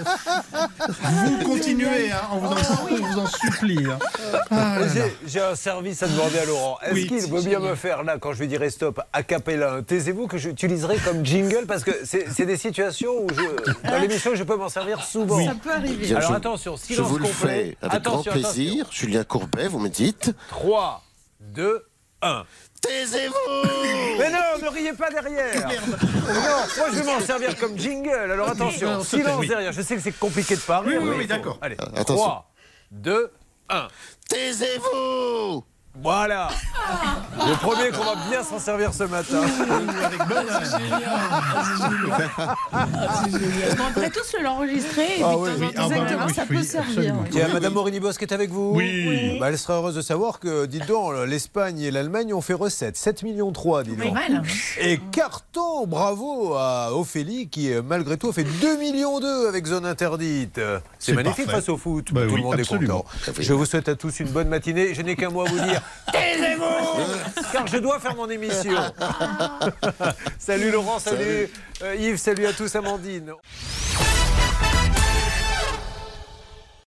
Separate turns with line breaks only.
Vous continuez, hein, on, vous en, on vous en supplie. hein. Ah là là.
J'ai- J'ai un service à demander à Laurent. Est-ce
Oui.
qu'il veut bien me faire, là, quand je lui dirai stop, a cappella, un taisez-vous que j'utiliserai comme jingle Parce que c'est c'est des situations où, je, dans l'émission, je peux m'en servir souvent.
Ça peut arriver.
Bien,
Alors
je-
attention,
Je
silence
vous le
complet.
fais avec
attention,
grand plaisir.
attention.
Julien Courbet, vous me dites.
3, 2, 1.
Taisez-vous
Mais non, ne riez pas derrière Oh, Non, moi je vais m'en servir comme jingle, alors attention,
Non, s'il te plaît,
silence
oui.
derrière, je sais que c'est compliqué de parler.
Oui, oui,
mais
oui,
il faut-
d'accord.
Allez,
Euh, Attention.
3, 2, 1.
Taisez-vous
Voilà Le premier qu'on va bien s'en servir ce matin.
Bon, on pourrait tous l'enregistrer et puis
Ah
de
oui,
temps en
oui, ah
temps,
bah
exactement,
oui,
ça
oui,
peut servir.
absolument.
ouais.
Tiens, Madame Morini-Bosque est avec vous
Oui. Oui.
Bah, elle sera heureuse de savoir que, dites donc, l'Espagne et l'Allemagne ont fait recette. 7 millions 3, dis
Pas
donc.
mal.
Et carton, bravo à Ophélie qui, euh, malgré tout, a fait 2 millions 2 avec zone interdite. Euh, C'est
C'est
magnifique
parfait.
face au foot.
Bah
tout
oui,
le monde
absolument.
est content. Je vous souhaite à tous une bonne matinée. Je n'ai qu'un mot à vous dire. Taisez-vous Car je dois faire mon émission. salut Laurent, salut, euh, Yves, salut à tous Amandine.